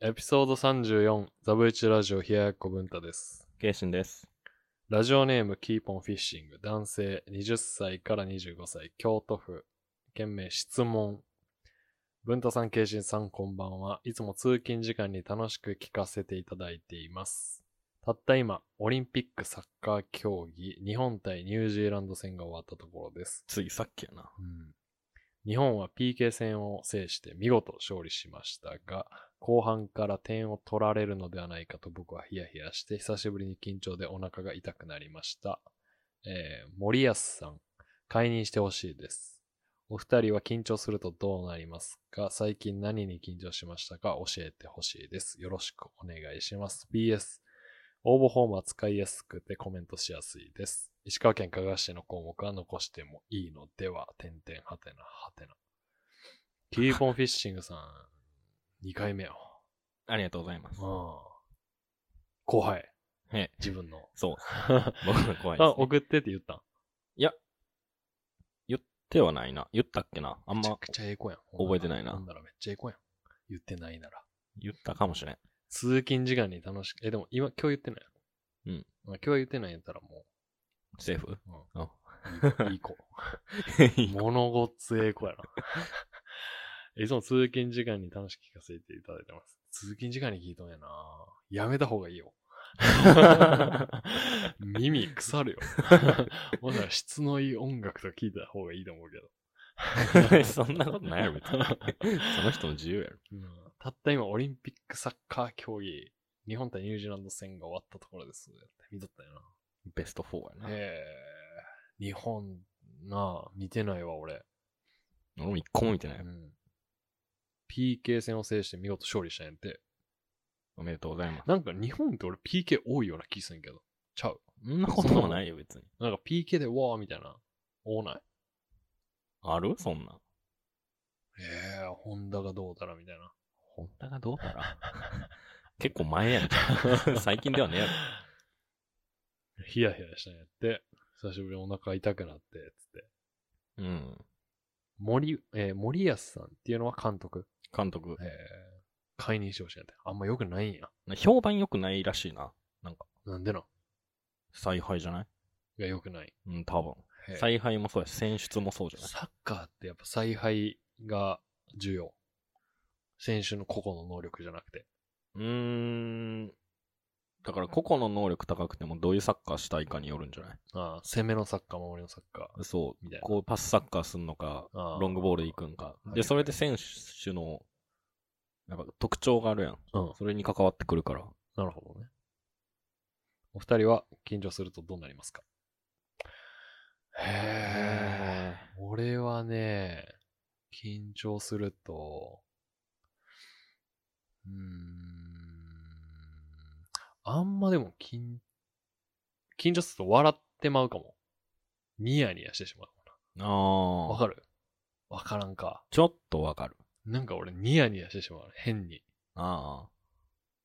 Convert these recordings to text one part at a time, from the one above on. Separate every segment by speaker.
Speaker 1: エピソード34、ザブイチラジオ、冷ややっこ文太です。
Speaker 2: ケイシンです。
Speaker 1: ラジオネーム、キーポンフィッシング、男性、20歳から25歳、京都府、県名、質問。文太さん、ケイシンさん、こんばんは。いつも通勤時間に楽しく聞かせていただいています。たった今、オリンピックサッカー競技、日本対ニュージーランド戦が終わったところです。
Speaker 2: ついさっきやな。
Speaker 1: うん日本は PK 戦を制して見事勝利しましたが、後半から点を取られるのではないかと僕はヒヤヒヤして、久しぶりに緊張でお腹が痛くなりました。えー森保さん、解任してほしいです。お二人は緊張するとどうなりますか最近何に緊張しましたか教えてほしいです。よろしくお願いします。BS、応募フォームは使いやすくてコメントしやすいです。石川県加賀市の項目は残してもいいのでは、点々、はてな、はてな。キーボンフィッシングさん、2回目よ。
Speaker 2: ありがとうございます
Speaker 1: う。ん。後輩、
Speaker 2: ええ、
Speaker 1: 自分の。
Speaker 2: そう。
Speaker 1: あ、
Speaker 2: 僕の怖いです、ね。
Speaker 1: 送ってって言ったん
Speaker 2: 言ってはないな。言ったっけなあん
Speaker 1: めちゃ
Speaker 2: ま
Speaker 1: くちゃええ子やん。
Speaker 2: 覚えてないなん
Speaker 1: ならめっちゃええ子やん。言ってないなら。
Speaker 2: 言ったかもしれん。
Speaker 1: 通勤時間に楽しく、え、でも今、今日言ってないやろ
Speaker 2: うん。
Speaker 1: まあ今日言ってないんやったらも
Speaker 2: セーフ
Speaker 1: う、
Speaker 2: うん
Speaker 1: うん。いい 子。物ごっつええ子やな。いつも通勤時間に楽しく聞かせていただいてます。通勤時間に聞いとんやな。やめた方がいいよ。耳腐るよ。 ほんなら質のいい音楽と聞いた方がいいと思うけど。
Speaker 2: そんなことないやろ、別 に。その人の自由やろ。
Speaker 1: うんたった今、オリンピックサッカー競技、日本対ニュージーランド戦が終わったところです。見とったよ
Speaker 2: ベスト4
Speaker 1: な。
Speaker 2: やな。
Speaker 1: ええ日本、なあ、見てないわ、俺。
Speaker 2: 俺も一個も見てないうよ。
Speaker 1: ん。PK 戦を制して見事勝利したんやって。
Speaker 2: おめでとうございます。
Speaker 1: なんか日本って俺 PK 多いような気すんけど。ちゃう。
Speaker 2: そんなこともないよ、別に。
Speaker 1: なんか PK でわーみたいな。多ない。
Speaker 2: あるそんな。
Speaker 1: ええホンダがどうだらみたいな。
Speaker 2: ホンダがどうだら 結構前やんじゃん。 最近ではねえやろ。
Speaker 1: ヒヤヒヤしたんやって。久しぶりにお腹痛くなって、つって。
Speaker 2: うん。
Speaker 1: 森、えー森保さんっていうのは監督。
Speaker 2: 監督
Speaker 1: え、ー解任してほしいなって。あんま良くないんや。
Speaker 2: 評判良くないらしいな。
Speaker 1: なんでなん
Speaker 2: 采配じゃない
Speaker 1: いや、良くない。
Speaker 2: うん、多分。
Speaker 1: へー
Speaker 2: 采配もそうやし、選出もそうじゃない
Speaker 1: サッカーってやっぱ采配が重要。選手の個々の能力じゃなくて。
Speaker 2: うーん。だから個々の能力高くてもどういうサッカーしたいかによるんじゃない
Speaker 1: ああ、攻めのサッカー、守りのサッカー。
Speaker 2: そ。
Speaker 1: みたいうな
Speaker 2: こうパスサッカーすんのか、
Speaker 1: ああ
Speaker 2: ロングボールで行くんか。
Speaker 1: はい
Speaker 2: で、それで選手の、なんか特徴があるやん。
Speaker 1: うん。
Speaker 2: それに関わってくるから。
Speaker 1: なるほどね。お二人は緊張するとどうなりますかへえ。俺はね、緊張すると、うーん、あんまでも緊、緊張すると笑ってまうかも。ニヤニヤしてしまうか
Speaker 2: あ
Speaker 1: な。
Speaker 2: あ。
Speaker 1: わかるわからんか。
Speaker 2: ちょっとわかる。
Speaker 1: なんか俺ニヤニヤしてしまう。変に。
Speaker 2: ああ。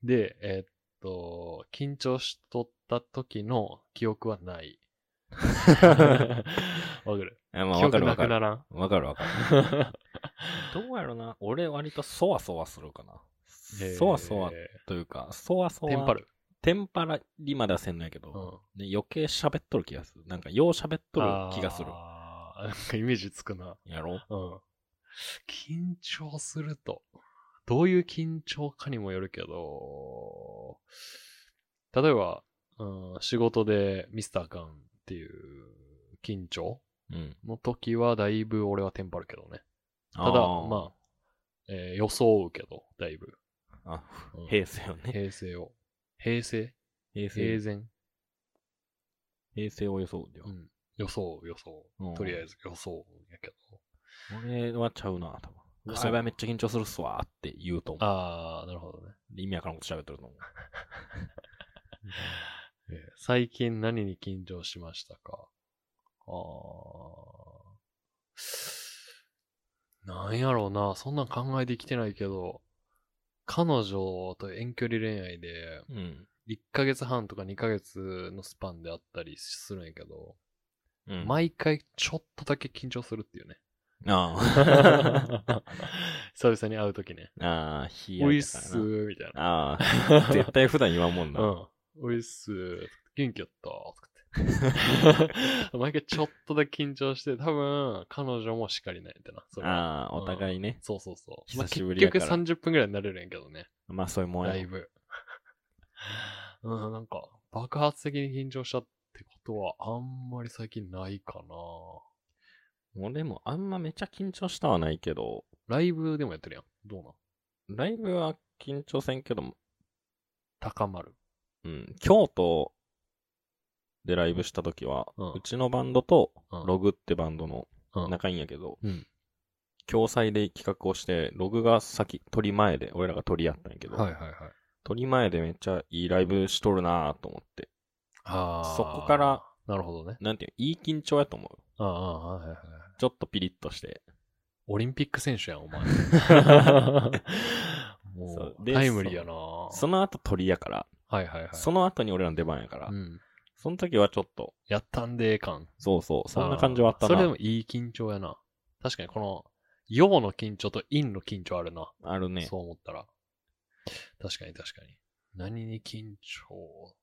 Speaker 1: で、えーっと、緊張しとった時の記憶は ない。わかる。
Speaker 2: いやまあ
Speaker 1: 記
Speaker 2: わ
Speaker 1: 憶
Speaker 2: かるわ
Speaker 1: な
Speaker 2: か
Speaker 1: く
Speaker 2: る。
Speaker 1: なら ん。
Speaker 2: わかるわかる。どうやろな。俺割とそわそわするかな。そわそわ
Speaker 1: え
Speaker 2: というか、そわそ
Speaker 1: ー
Speaker 2: わ。
Speaker 1: テンパ。る。
Speaker 2: テンパりまではせんのやけど。
Speaker 1: うん。
Speaker 2: ね、余計喋っとる気がする。なんか、よう喋っとる気がする。
Speaker 1: あーなんかイメージつくな。
Speaker 2: やろ
Speaker 1: うん。緊張すると。どういう緊張かにもよるけど、例えば、うん、仕事でミスターカンっていう緊張
Speaker 2: うん。
Speaker 1: の時はだいぶ俺はテンパるけどね。
Speaker 2: た
Speaker 1: ただ、まあ、えー予想うけど、だいぶ。
Speaker 2: あ。あ、
Speaker 1: うん
Speaker 2: 平成よね。
Speaker 1: 平成を。平成
Speaker 2: 平
Speaker 1: 平
Speaker 2: 成。
Speaker 1: 然、
Speaker 2: 平成を装うでは
Speaker 1: う。ん、予想う、予想う
Speaker 2: うん
Speaker 1: とりあえず予想うやけど。
Speaker 2: 俺はちゃうな、多分。う
Speaker 1: 嘘
Speaker 2: わやばいめっちゃ緊張するっすわーって言うと思う。
Speaker 1: あー、なるほどね。
Speaker 2: 意味わからんこと喋っとると思う。
Speaker 1: えー最近何に緊張しましたかあー。なんやろうな、そんなん考えてきてないけど、彼女と遠距離恋愛で、
Speaker 2: うん。
Speaker 1: 1ヶ月半とか2ヶ月のスパンであったりするんやけど、
Speaker 2: うん。
Speaker 1: 毎回ちょっとだけ緊張するっていうね。
Speaker 2: あ
Speaker 1: 久々に会うときね。
Speaker 2: あ。ああ、ひや
Speaker 1: おいっ
Speaker 2: だから
Speaker 1: す
Speaker 2: な。
Speaker 1: ーみたいな。
Speaker 2: ああ。絶対普段言わんもんな。
Speaker 1: うん。おいっすー。元気やったー。とかって 毎回ちょっとだけ緊張して、多分、彼女もしかりないみたいな。それは
Speaker 2: ああ、お互いね。
Speaker 1: そうそうそう。まあ
Speaker 2: 久しぶりやから
Speaker 1: 結局30分ぐらいになれるんやけどね。
Speaker 2: まあそういうもん
Speaker 1: だい
Speaker 2: や。
Speaker 1: ぶ。 うん、なんか、爆発的に緊張したってことは、あんまり最近ないか
Speaker 2: 俺もあんまめちゃ緊張したはないけど、
Speaker 1: な。ライブでもやってるやん。どうなん
Speaker 2: ライブは緊張せんけど、
Speaker 1: 高まる。
Speaker 2: うん、京都でライブした時は、
Speaker 1: うん
Speaker 2: うちのバンドと
Speaker 1: うん
Speaker 2: ログってバンドの
Speaker 1: うん
Speaker 2: 仲いいんやけど、
Speaker 1: うん
Speaker 2: 共催で企画をして、ログが先、取り前で、俺らが取り合ったんやけど、
Speaker 1: はいはい。
Speaker 2: 取り前でめっちゃいいライブしとるなぁと思って、
Speaker 1: あー
Speaker 2: そこから、
Speaker 1: なるほどね。
Speaker 2: なんていうのいい緊張やと思う。
Speaker 1: ああ、ああはいはいはい。
Speaker 2: ちょっとピリッとして。
Speaker 1: オリンピック選手やん、 お前。も、
Speaker 2: そううで
Speaker 1: タイムリーやな
Speaker 2: その後鳥やから、
Speaker 1: はいはいはい。
Speaker 2: その後に俺らの出番やから、
Speaker 1: うん。
Speaker 2: その時はちょっと、
Speaker 1: やったんでー感。
Speaker 2: そうそう、そんな感じはあった
Speaker 1: それで
Speaker 2: な
Speaker 1: も。いい緊張やな。確かにこの、陽の緊張と陰の緊張あるな。
Speaker 2: あるね。
Speaker 1: そう思ったら。確かに確かに。何に緊張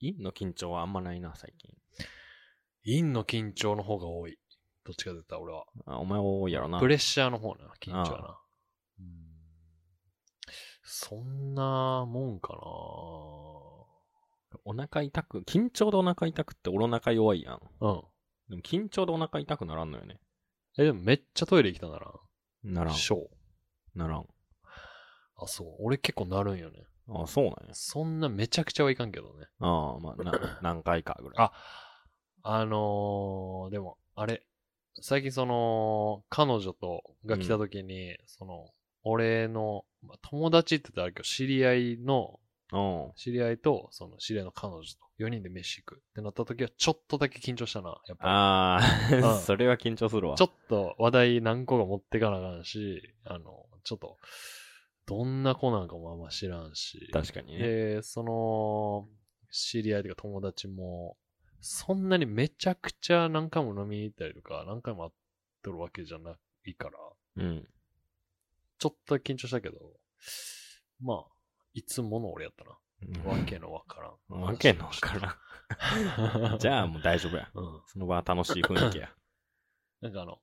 Speaker 2: 陰の緊張はあんまないな、最近。
Speaker 1: 陰の緊張の方が多い。どっちかと言ったら俺は。
Speaker 2: あお前多いやろな。
Speaker 1: プレッシャーの方な、緊張や
Speaker 2: あ
Speaker 1: な。うんそんなもんかな
Speaker 2: お腹痛く、緊張でお腹痛くって俺お腹弱いやん。
Speaker 1: うん。
Speaker 2: でも緊張でお腹痛くならんのよね。
Speaker 1: え、でもめっちゃトイレ行きたなら
Speaker 2: ならん
Speaker 1: ん。。ショー。
Speaker 2: ならん。
Speaker 1: あ、そう。俺結構なるんよね。
Speaker 2: あそうなんや。
Speaker 1: そんなめちゃくちゃはいかんけどね。
Speaker 2: ああ、ま あ、な何回かぐらい。
Speaker 1: あ、あのー、でも、あれ、最近その、彼女と、が来た時に、その、俺の、まあ友達って言ったらあれけど、知り合いの、
Speaker 2: うん。あ
Speaker 1: 知り合いと、その、知り合いの彼女と、4人で飯行くってなった時は、ちょっとだけ緊張したな、やっぱ
Speaker 2: あー、
Speaker 1: うん
Speaker 2: それは緊張するわ。
Speaker 1: り。ちょっと話題何個か持ってかなあかんし、あの、ちょっと、どんな子なんかもあんま知らんし。
Speaker 2: 確かにね。
Speaker 1: で、その、知り合いというか友達も、そんなにめちゃくちゃ何回も飲みに行ったりとか、何回も会っとるわけじゃないから、
Speaker 2: うん。
Speaker 1: ちょっと緊張したけど、まあ、いつもの俺やったな。わけのわからん。
Speaker 2: わけのわ からん。じゃあもう大丈夫や。
Speaker 1: あ、うん。
Speaker 2: その場は楽しい雰囲気 や。
Speaker 1: なんかあの、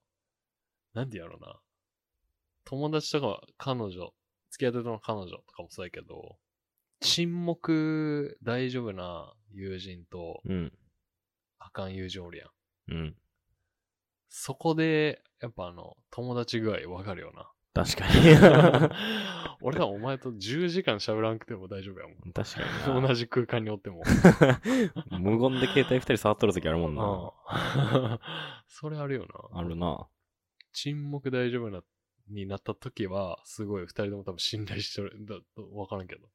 Speaker 1: なんて言うやろうな。友達とか彼女、付き合ってたの彼女とかもそうやけど、沈黙大丈夫な友人と、
Speaker 2: うん。
Speaker 1: あかん友人おるやん。
Speaker 2: うん。
Speaker 1: そこで、やっぱあの、友達具合わかるよ な。
Speaker 2: 確か
Speaker 1: 俺らお前と10時間喋らんくても大丈夫やも
Speaker 2: に。確か
Speaker 1: ん。
Speaker 2: にな
Speaker 1: 同。じ空間にお っても。
Speaker 2: 無言で携帯二人触っとる時あるもんな。
Speaker 1: うんそれあるよな。
Speaker 2: あるな。
Speaker 1: 沈黙大丈夫な、になった時は、すごい二人とも多分信頼してる。だ、とわからんけど。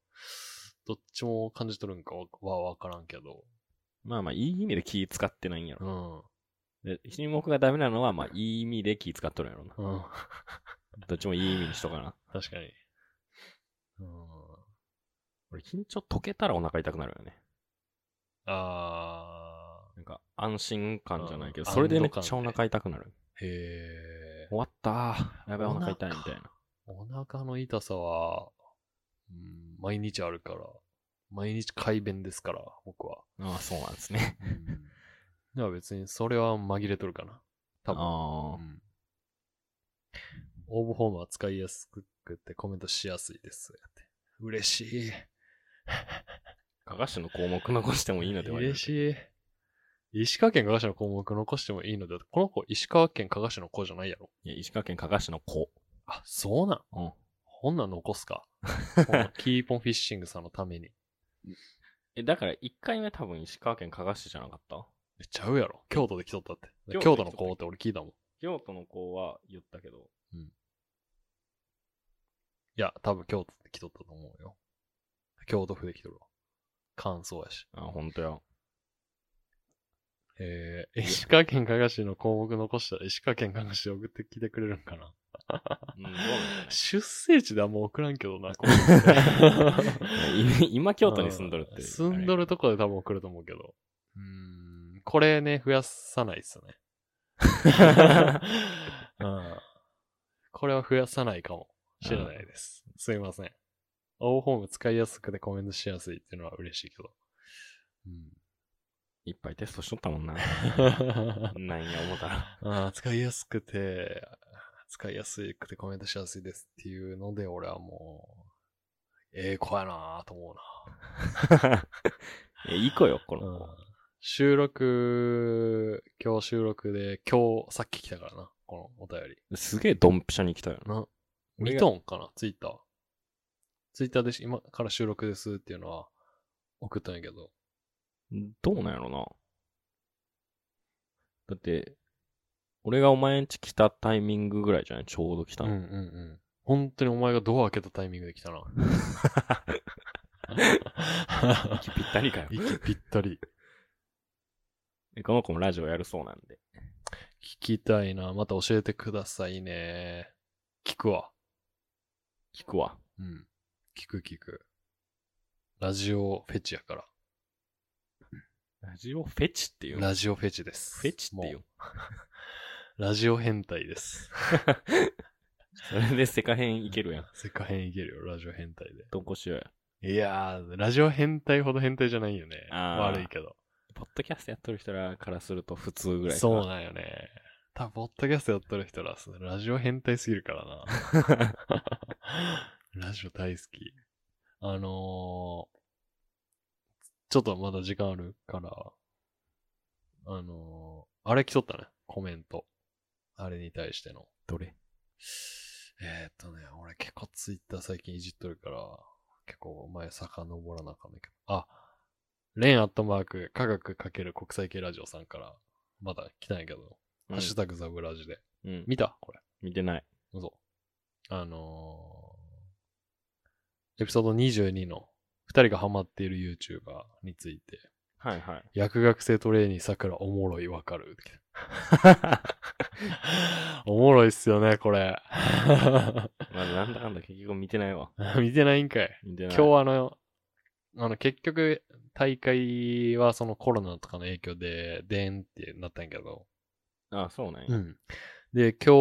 Speaker 1: どっちも感じとるんかはわからんけど。
Speaker 2: まあまあ、いい意味で気使ってないんや
Speaker 1: う
Speaker 2: ろ。
Speaker 1: ん。
Speaker 2: で、沈黙がダメなのは、まあ、いい意味で気使っとるんやろな。
Speaker 1: うん。
Speaker 2: どっちもいい意味にしとかな。
Speaker 1: 確かに。うん。
Speaker 2: 俺、緊張解けたらお腹痛くなるよね。
Speaker 1: あ
Speaker 2: なんか、安心感じゃないけ
Speaker 1: う
Speaker 2: ど、
Speaker 1: ん
Speaker 2: それでめっ
Speaker 1: 安堵
Speaker 2: ちゃ
Speaker 1: 感
Speaker 2: お
Speaker 1: ね
Speaker 2: 腹痛くなる。
Speaker 1: ー。へー。
Speaker 2: 終わったー。やばい、お腹痛い、
Speaker 1: お
Speaker 2: み
Speaker 1: 腹
Speaker 2: たいな。
Speaker 1: お腹の痛さは、うん、毎日あるから、毎日改便ですから、僕は。
Speaker 2: ああ、そうなんですね。
Speaker 1: では別にそれは紛れとるかな。多分。
Speaker 2: あ
Speaker 1: うん応募フォームは使いやすくてコメントしやすいです。って嬉しい。
Speaker 2: あ。加賀市の項目残してもいいのでは
Speaker 1: 嬉しい。石川県加賀市の項目残してもいいので、この子石川県加賀市の子じゃないやろ。
Speaker 2: いや、石川県加賀市の子。
Speaker 1: あ、そうなん。
Speaker 2: うん。
Speaker 1: ほんなん残す か。ほんなキーポンフィッシングさんのために。
Speaker 2: え、だから、1回目多分石川県加賀市じゃなかった
Speaker 1: えちゃうやろ。京都で来とったって。京
Speaker 2: 京
Speaker 1: 都
Speaker 2: 都
Speaker 1: の
Speaker 2: で来とった
Speaker 1: 子って俺聞いたもん。い
Speaker 2: 京都の子は言ったけど。
Speaker 1: や、多分京都で来とったと思うよ。京都府で来とるわ。感想やし。
Speaker 2: あ、ほんとや。
Speaker 1: えー、石川県加賀市の項目残したら石川県加賀市送ってきてくれるんかな。
Speaker 2: うん、どうなんじゃない
Speaker 1: 出生地であんま送らんけどな、
Speaker 2: い 今 京都に住んどるっ
Speaker 1: う
Speaker 2: て。
Speaker 1: 住んどるとこで多分送ると思うけど。うーん、これね、増やさないっすね。
Speaker 2: うん。
Speaker 1: これは増やさないかもしれないです。すいません。青ホーム使いやすくてコメントしやすいっていうのは嬉しいけど。うん。
Speaker 2: いっぱいテストしとった もんな。 なんや思ったら。
Speaker 1: あー使いやすくて、使いやすくてコメントしやすいですっていうので、俺はもう、ええ子やなぁと思うな。
Speaker 2: いやいい子よ、この子。
Speaker 1: 収録、今日収録で、今日さっき来たからな、このお便り。
Speaker 2: すげえドンピシャに来たよな。
Speaker 1: な、見
Speaker 2: 俺が
Speaker 1: とんかな、ツイッター。ツイッターでし今から収録ですっていうのは送ったんやけど。
Speaker 2: どうなんやろな。だって、俺がお前んち来たタイミングぐらいじゃないちょうど来た
Speaker 1: うん
Speaker 2: の。
Speaker 1: うんうん。本当にお前がドア開けたタイミングで来たな。
Speaker 2: 息ぴったりかよ
Speaker 1: 息ぴったり。
Speaker 2: でこの子もラジオやるそうなんで。
Speaker 1: 聞きたいな。また教えてくださいね。聞くわ。
Speaker 2: 聞くわ。
Speaker 1: うん。聞く聞く。ラジオフェチやから。
Speaker 2: ラジオフェチっていうの
Speaker 1: ラジオフェチです。
Speaker 2: フェチっていう
Speaker 1: もう。ラジオ変態です。
Speaker 2: それで世界編いけるやん。
Speaker 1: せっかへんいけるよ、ラジオ変態で。
Speaker 2: どうこうしようや。
Speaker 1: いやー、ラジオ変態ほど変態じゃないよね。
Speaker 2: あー
Speaker 1: 悪いけど。
Speaker 2: ポッドキャストやっとる人らからすると普通ぐらいか。
Speaker 1: そうなんよね。多分、ポッドキャストやってる人ら、そのラジオ変態すぎるからな。 ラジオ大好き。あのー、ちょっとまだ時間あるから、あのー、あれ来とったね、コメント。あれに対しての。
Speaker 2: どれ
Speaker 1: えー、っとね、俺結構ツイッター最近いじっとるから、結構前遡らなあかんねんけど。あ、レンアットマーク、科学かける国際系ラジオさんから、まだ来たんやけど、ハッシュタグザブラジで。
Speaker 2: うん。
Speaker 1: 見たこれ。
Speaker 2: 見てない。
Speaker 1: 嘘。あのー、エピソード22の、二人がハマっている YouTuber について、
Speaker 2: はいはい。
Speaker 1: 薬学生トレーニー桜おもろいわかる。 おもろいっすよね、これ。
Speaker 2: まあ、なんだかんだ結局見てないわ。
Speaker 1: 見てないんかい。
Speaker 2: 見てない。
Speaker 1: 今日あの、あの、結局、大会はそのコロナとかの影響で、でんってなったんやけど。
Speaker 2: あ、そうなんや。
Speaker 1: ん。で、今日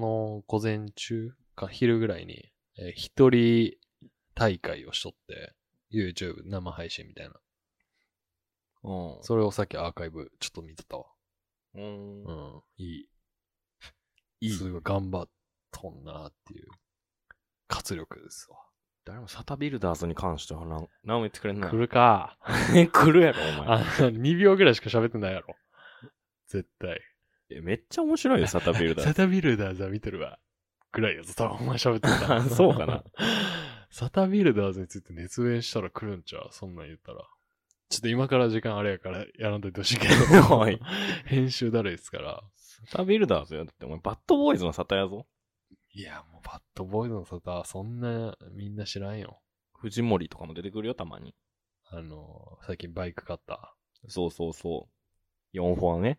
Speaker 1: の午前中か昼ぐらいに、えー一人大会をしとって、YouTube 生配信みたいな。
Speaker 2: うん。
Speaker 1: それをさっきアーカイブちょっと見てたわ。
Speaker 2: うー。
Speaker 1: うんん、いい。いい。すごい頑張っとんなっていう活力ですわ。
Speaker 2: 誰もサタビルダーズに関してはな何も言ってくれんな。
Speaker 1: 来るか。
Speaker 2: え、来るやろ、お前。
Speaker 1: あの、2秒ぐらいしか喋ってないやろ。絶対。
Speaker 2: え、めっちゃ面白いよ、サタビルダー。
Speaker 1: サ。タビルダーズは見てるわ。ぐらいやぞ。多分お前喋ってた
Speaker 2: そうかな。
Speaker 1: サタビルダーズについて熱弁したら来るんちゃうそんなん言ったら。ちょっと今から時間あれやからやらんといてほしいけど。
Speaker 2: おい
Speaker 1: 編集だるいですから。
Speaker 2: サタビルダーズよ。だってお前、バッドボーイズのサタやぞ。
Speaker 1: いや、もうバッドボーイズのサタ、そんなみんな知らんよ。
Speaker 2: 藤森とかも出てくるよ、たまに。
Speaker 1: あの、最近バイク買った。
Speaker 2: そうそうそう。4フォアね。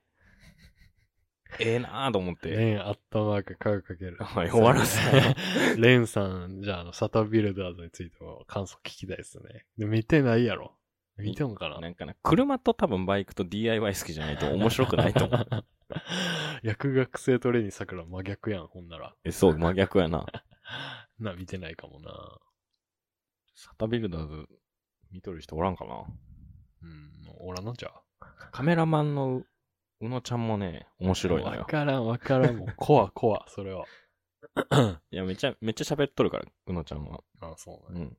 Speaker 2: ええなぁと思って。
Speaker 1: レンアットマーク、カグかけ る。
Speaker 2: おい終わらせ
Speaker 1: レンさん、じゃあ、あの、サタビルダーズについても感想聞きたいですね。で見てないやろ。見てんかな
Speaker 2: なんかな、車と多分バイクと DIY 好きじゃないと面白くないと思う。
Speaker 1: 薬学生トレーニー桜真逆やん、ほんなら。
Speaker 2: え、そう、真逆やな。
Speaker 1: な、見てないかもな。
Speaker 2: サタビルダーズ見とる人おらんかな。
Speaker 1: うん、おらんのじゃう。
Speaker 2: カメラマンのううのちゃんもね、面白いの
Speaker 1: わ
Speaker 2: よ。
Speaker 1: からん、わから ん。もう、コア、コア、それは。
Speaker 2: いや、めちゃ、めっちゃ喋っとるから、うのちゃんは。
Speaker 1: あ、そう
Speaker 2: う
Speaker 1: ね。
Speaker 2: ん。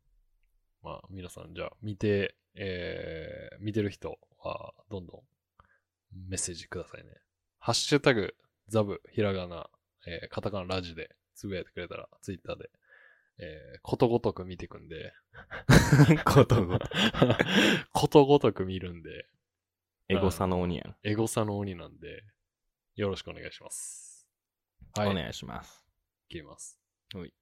Speaker 1: まあ、皆さん、じゃあ、見て、えー、見てる人は、どんどん、メッセージくださいね。ハッシュタグ、ザブ、ひらがな、えー、カタカナラジで、つぶやいてくれたら、ツイッターで、えー、ことごとく見てくんで、
Speaker 2: ことごと。
Speaker 1: ことごとく見るんで、
Speaker 2: エゴサの鬼やな。
Speaker 1: エゴサの鬼なんで、よろしくお願いします。
Speaker 2: お
Speaker 1: はい。
Speaker 2: 願いします。
Speaker 1: 切ります。
Speaker 2: はい。